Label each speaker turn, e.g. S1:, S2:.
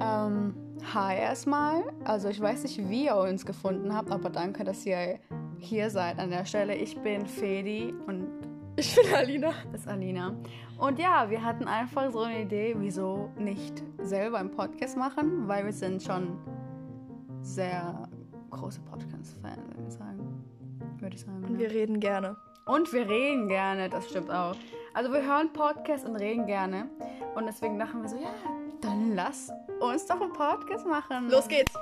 S1: Ähm, Hi erstmal. Also ich weiß nicht, wie ihr uns gefunden habt, aber danke, dass ihr hier seid an der Stelle. Ich bin Fedi und
S2: Ich bin Alina.
S1: das ist Alina. Und ja, wir hatten einfach so eine Idee, wieso nicht selber einen Podcast machen, weil wir sind schon sehr große Podcast-Fans, würde ich sagen. Würde ich sagen.
S2: Und
S1: ja.
S2: wir reden gerne.
S1: Und wir reden gerne, das stimmt auch. Also wir hören Podcasts und reden gerne. Und deswegen dachten wir so, ja, dann lass uns doch einen Podcast machen.
S2: Los geht's.